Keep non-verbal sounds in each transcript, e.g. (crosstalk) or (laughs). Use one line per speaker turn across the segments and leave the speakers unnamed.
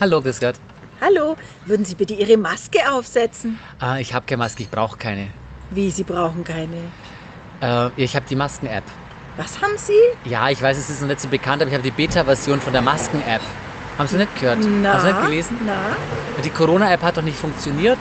Hallo, grüß Gott.
Hallo, würden Sie bitte Ihre Maske aufsetzen?
Ah, ich habe keine Maske, ich brauche keine.
Wie, Sie brauchen keine.
Äh, ich habe die Masken-App.
Was haben Sie?
Ja, ich weiß, es ist noch nicht so bekannt, aber ich habe die Beta-Version von der Masken-App. Haben Sie nicht gehört?
Na,
Haben Sie nicht gelesen?
Na,
Die Corona-App hat doch nicht funktioniert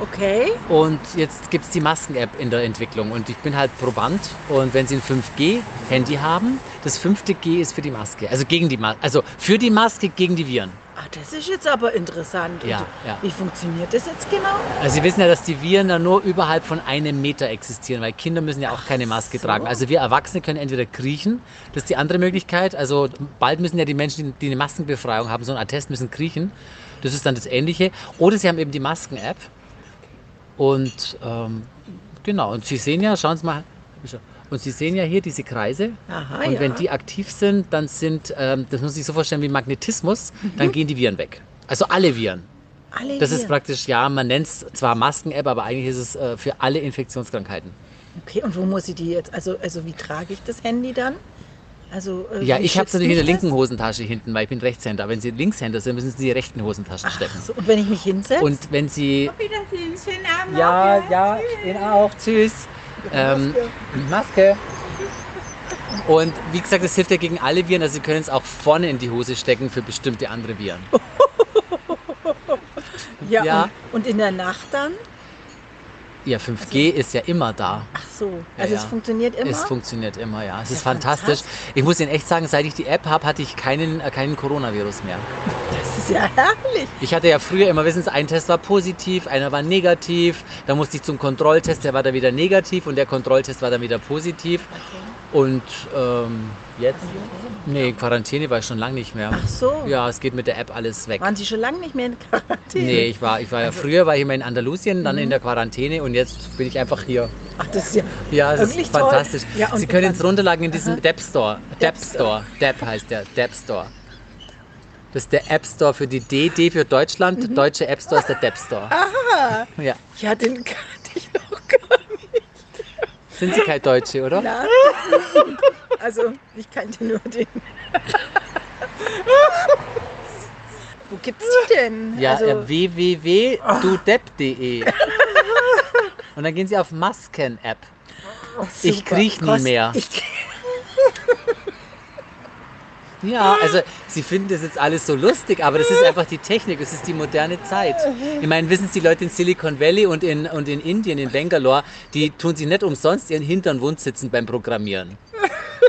okay.
und jetzt gibt es die Masken-App in der Entwicklung und ich bin halt Proband und wenn Sie ein 5G-Handy haben, das fünfte G ist für die Maske, also gegen die Maske, also für die Maske gegen die Viren.
Ah, das ist jetzt aber interessant.
Ja,
Und
ja.
Wie funktioniert das jetzt genau?
Also Sie wissen ja, dass die Viren ja nur überhalb von einem Meter existieren, weil Kinder müssen ja auch keine Maske
so.
tragen. Also wir Erwachsene können entweder kriechen, das ist die andere Möglichkeit. Also bald müssen ja die Menschen, die eine Maskenbefreiung haben, so ein Attest müssen kriechen. Das ist dann das Ähnliche. Oder sie haben eben die Masken-App. Und ähm, genau, und Sie sehen ja, schauen Sie mal, und Sie sehen ja hier diese Kreise.
Aha,
und
ja.
wenn die aktiv sind, dann sind, ähm, das muss ich so vorstellen wie Magnetismus,
Mhm.
dann gehen die Viren weg. Also alle Viren.
Alle
Das
hier.
ist praktisch, ja, man nennt es zwar Masken-App, aber eigentlich ist es äh, für alle Infektionskrankheiten.
Okay, und wo muss ich die jetzt? Also, also wie trage ich das Handy dann? Also, äh,
Ja,
wie
ich habe es
schützt
natürlich in der
mich das?
linken Hosentasche hinten, weil ich bin Rechtshänder. Wenn Sie Linkshänder sind, müssen Sie die rechten Hosentaschen stecken.
Ach so, und wenn ich mich hinsetze?
Und wenn Sie...
Auf Wiedersehen, schönen Abend.
Ja,
noch,
ja, Ihnen auch. Tschüss. Ähm, Maske. Und wie gesagt, es hilft ja gegen alle Viren. Also Sie können es auch vorne in die Hose stecken für bestimmte andere Viren.
ja,
ja.
Und, und in der Nacht dann?
Ja, 5G ist ja immer da.
Ach so, also es
ja.
funktioniert Also immer?
Es funktioniert immer, ja. Es ist
Ja,
fantastisch. Ich muss Ihnen echt sagen, seit ich die App habe, hatte ich keinen, äh, keinen Coronavirus mehr.
das ist ja herrlich.
Ich hatte ja früher immer, wissen Sie, ein Test war positiv, einer war negativ, dann musste ich zum Kontrolltest, der war dann wieder negativ und der Kontrolltest war dann wieder positiv. Und ähm, jetzt? Nee, Quarantäne war ich schon lange nicht mehr.
Ach so.
Ja, es geht mit der App alles weg.
Waren Sie schon lange nicht mehr in Quarantäne?
Nee, ich war, ich war
Also
ja früher war ich immer in Andalusien, dann
Mhm.
in der Quarantäne und jetzt bin ich einfach hier.
Ach, das ist ja,
Ja, es
wirklich
ist
toll.
fantastisch.
Ja, und
Sie können
dann-
es runterladen in diesem
Aha.
Depp Store. Depp Store. Depp heißt der. Depp Store. Das ist der App Store für die DD für Deutschland. Der deutsche App Store ist der Depp Store.
Mhm. Aha.
Ja.
Ja, den (laughs) kannte ich noch gar nicht.
Sind Sie kein Deutsche, oder?
Na, also, ich kannte nur den. Wo gibt's die denn?
Ja,
also,
äh,
(laughs)
www.dudepp.de. Und dann gehen Sie auf Masken-App. ich
oh, super.
kriech nie
Kost-
mehr.
Ich,
Ja, also Sie finden das jetzt alles so lustig, aber das ist einfach die Technik, das ist die moderne Zeit. Ich meine, wissen Sie, die Leute in Silicon Valley und in, und in Indien, in Bangalore, die tun sich nicht umsonst ihren Hintern wund sitzen beim Programmieren.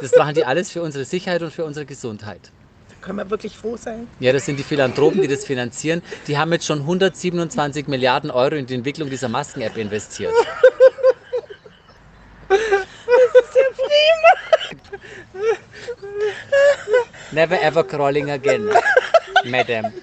Das machen die alles für unsere Sicherheit und für unsere Gesundheit.
da können wir wirklich froh sein.
Ja, das sind die Philanthropen, die das finanzieren. Die haben jetzt schon 127 Milliarden Euro in die Entwicklung dieser Masken-App investiert. Never ever crawling again, Madam.